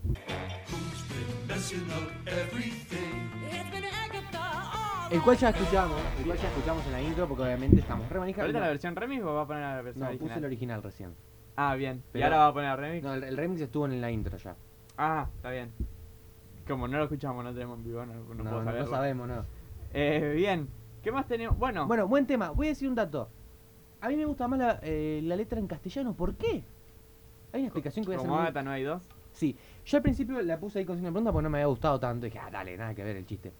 El cual ya escuchamos, el cual ya escuchamos en la intro porque obviamente estamos re manija. ¿Ahorita la versión remix o va a poner la versión No, original? puse el original recién. Ah, bien. ¿Y Pero- ahora va a poner la remix? No, el, el remix estuvo en la intro ya. Ah, está bien. Como no lo escuchamos, no tenemos en vivo, no, no No, puedo no, saberlo. no sabemos, no. Eh, bien. ¿Qué más tenemos? Bueno, Bueno, buen tema. Voy a decir un dato. A mí me gusta más la, eh, la letra en castellano. ¿Por qué? Hay una explicación que voy a hacer. como muy- Agatha no hay dos. Sí, yo al principio la puse ahí con signo de pregunta porque no me había gustado tanto. Dije, ah, dale, nada que ver el chiste.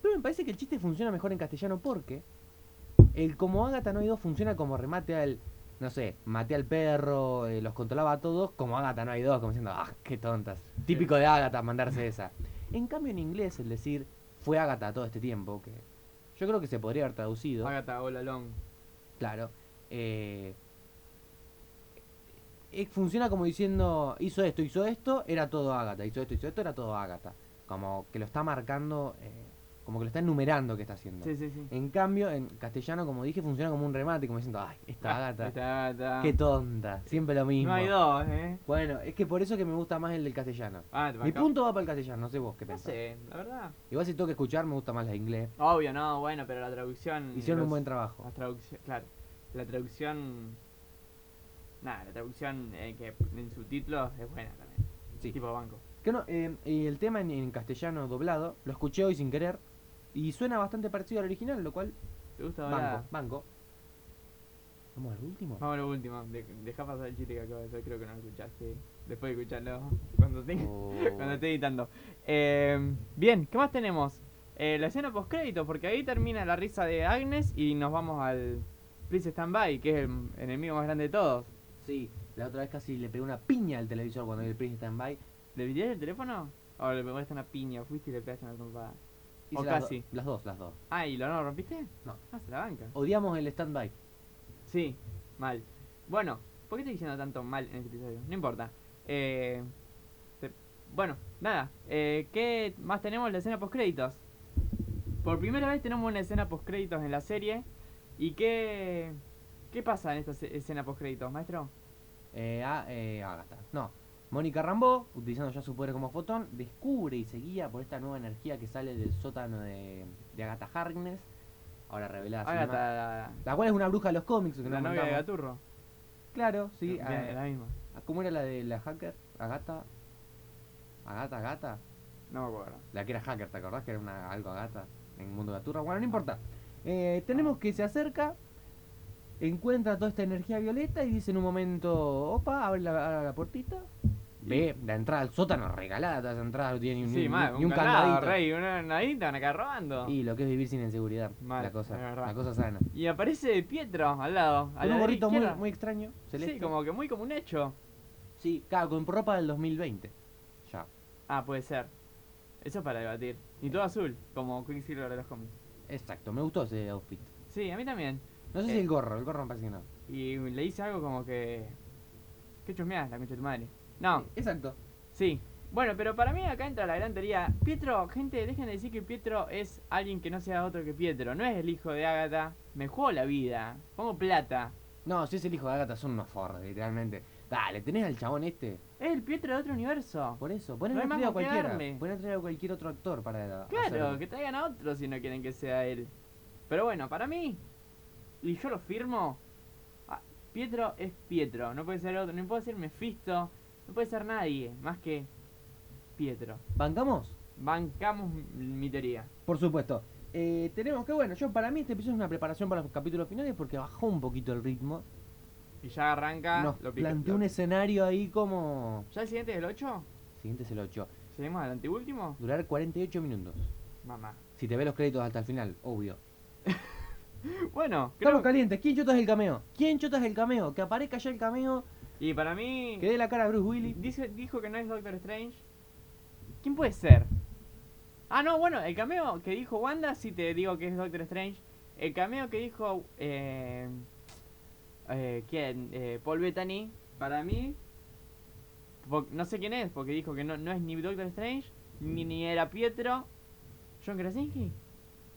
Pero me parece que el chiste funciona mejor en castellano porque el como Agatha no hay dos funciona como remate al, no sé, maté al perro, eh, los controlaba a todos, como Agatha no hay dos, como diciendo, ah, qué tontas. Típico de Agatha mandarse esa. En cambio en inglés el decir fue Agatha todo este tiempo, que yo creo que se podría haber traducido. Agatha All Along. Claro. eh, eh, funciona como diciendo, hizo esto, hizo esto, era todo Ágata, hizo esto, hizo esto, era todo Ágata. Como que lo está marcando, eh, como que lo está enumerando que está haciendo. Sí, sí, sí. En cambio, en castellano, como dije, funciona como un remate, como diciendo, ay, esta Ah, Ágata, Esta Agatha. qué tonta, siempre lo mismo. no hay dos, ¿eh? Bueno, es que por eso que me gusta más el del castellano. Ah, te Mi banco. punto va para el castellano, no sé vos qué No pensás. sé, la verdad. Igual si tengo que escuchar, me gusta más la de inglés. Obvio, no, bueno, pero la traducción. Mm, los- Hicieron ah, un buen trabajo. La traducción, claro. La traducción. Nada, la traducción eh, que en subtítulos es buena también. Sí. Tipo banco. Que no, eh, y el tema en, en castellano doblado, lo escuché hoy sin querer, y suena bastante parecido al original, lo cual, ¿Te gusta banco, ahora? banco. ¿Vamos al último? Vamos a lo último. de- Deja pasar el chiste que acabo de hacer, creo que no lo escuchaste. Después de escucharlo, cuando te, Oh. cuando esté editando. Eh, bien, ¿qué más tenemos? Eh, la escena postcrédito, porque ahí termina la risa de Agnes y nos vamos al Please Stand By, que es el enemigo más grande de todos. Sí, la otra vez casi le pegué una piña al televisor cuando vi el Prince Stand By. ¿Le pidiste el teléfono? ¿O le pegaste una piña? ¿Fuiste y le pegaste una trompada? O las do- casi. las dos, las dos. Ah, ¿y lo no lo rompiste? No. Ah, se la banca. Odiamos el Stand By. Sí, mal. Bueno, ¿por qué estoy diciendo tanto mal en este episodio? No importa. Eh, te- bueno, nada. Eh, ¿Qué más tenemos? La escena postcréditos. Por primera vez tenemos una escena postcréditos en la serie. ¿Y qué, qué pasa en esta se- escena postcréditos, maestro? Eh, ah, eh, Agatha. No. Mónica Rambeau, utilizando ya su poder como fotón, descubre y se guía por esta nueva energía que sale del sótano de, de Agatha Harkness. Ahora revelada. sin Agatha, la, más. La cual es una bruja de los cómics. que la no novia de contamos. Gaturro. Claro, sí. Bien, ah, la misma. ¿Cómo era la de la hacker? Agatha. Agatha, Agatha. No me acuerdo. La que era hacker, ¿te acordás? Que era una, algo Agatha en el mundo de Gaturra. Bueno, no importa. Eh, tenemos que se acerca, encuentra toda esta energía violeta y dice en un momento, opa, abre la, abre la puertita. Ve la entrada al sótano regalada, todas las entradas no tienen ni, sí, ni- mal. ni Un, un candado, candadito. rey. Una nadita, van acá robando. Y, Y lo que es vivir sin inseguridad, Mal, la cosa, es verdad. la cosa sana. aparece Pietro al lado. A Con la un derecha gorrito muy, izquierda. muy extraño, celeste. Sí, como que muy como un hecho. Sí, claro, con ropa del 2020. Ya. Ah, puede ser. Eso es para debatir. Y todo azul, como Quicksilver de los cómics. Exacto, me gustó ese outfit. Sí, a mí también. No sé Eh. si el gorro, el gorro me parece que no. Y le hice algo como que. ¿Qué chusmeás, la concha de tu madre? No, Exacto. sí. Bueno, pero para mí acá entra la gran teoría. Pietro, gente, dejen de decir que Pietro es alguien que no sea otro que Pietro. No es el hijo de Ágata. Me juego la vida. Pongo plata. No, si es el hijo de Agatha, son unos forros, literalmente. Dale, tenés al chabón este. Es el Pietro de otro universo. Por eso, ponen No no hay más a con qué cualquiera. darme. Ponen a a cualquier otro actor para. Claro, hacerlo. que traigan a otro si no quieren que sea él. Pero bueno, para mí, y yo lo firmo, ah, Pietro es Pietro, no puede ser otro, no puede ser Mefisto, no puede ser nadie más que Pietro. ¿Bancamos? Bancamos m- mi teoría. Por supuesto. Eh, tenemos que, bueno, yo para mí este episodio es una preparación para los capítulos finales porque bajó un poquito el ritmo. Y ya arranca, Nos Ah, lo pica- planteó un lo- escenario ahí como. ¿Ya el siguiente es el 8? Siguiente es el 8. ¿Seguimos al anteúltimo? Durar 48 minutos. Mamá. Si te ves los créditos hasta el final, obvio. Bueno, creo Estamos calientes. ¿Quién chota es el cameo? ¿Quién chota es el cameo? Que aparezca ya el cameo. Y para mí, Que dé la cara a Bruce Willis. dice, dijo que no es Doctor Strange. ¿Quién puede ser? Ah, no, bueno, el cameo que dijo Wanda, sí te digo que es Doctor Strange. El cameo que dijo. Eh, eh, ¿Quién? Eh, Paul Bettany. Para mí. po- No sé quién es, porque dijo que no, no es ni Doctor Strange, ni, ni era Pietro. ¿John Krasinski?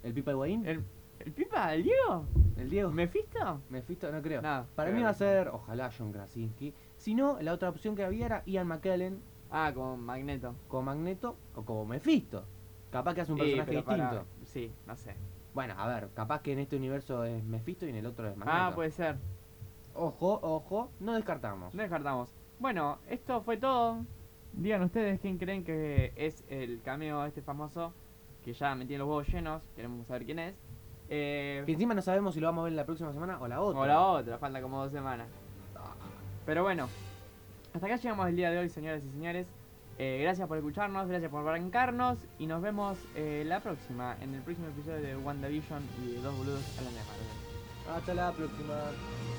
El Pipa Higuaín. ¿El, el Pipa? ¿El Diego? El Diego. ¿Mephisto? Mephisto, no creo. No, Para creo mí va a que sí. ser, ojalá, John Krasinski. Si no, la otra opción que había era Ian McKellen Ah, con Magneto. como Magneto o como Mephisto. Capaz que hace un Sí, personaje pero para- distinto. sí, no sé. Bueno, a ver, capaz que en este universo es Mephisto y en el otro es Magneto. Ah, puede ser. Ojo, ojo, no descartamos. No descartamos. Bueno, esto fue todo. Digan ustedes quién creen que es el cameo este famoso que ya me tiene los huevos llenos. Queremos saber quién es. Eh, Que encima no sabemos si lo vamos a ver la próxima semana o la otra. o la otra, falta como dos semanas. Pero bueno, hasta acá llegamos el día de hoy, señoras y señores. Eh, gracias por escucharnos, gracias por arrancarnos y nos vemos eh, la próxima, en el próximo episodio de WandaVision y de Dos Boludos a la Llamada. Hasta la próxima.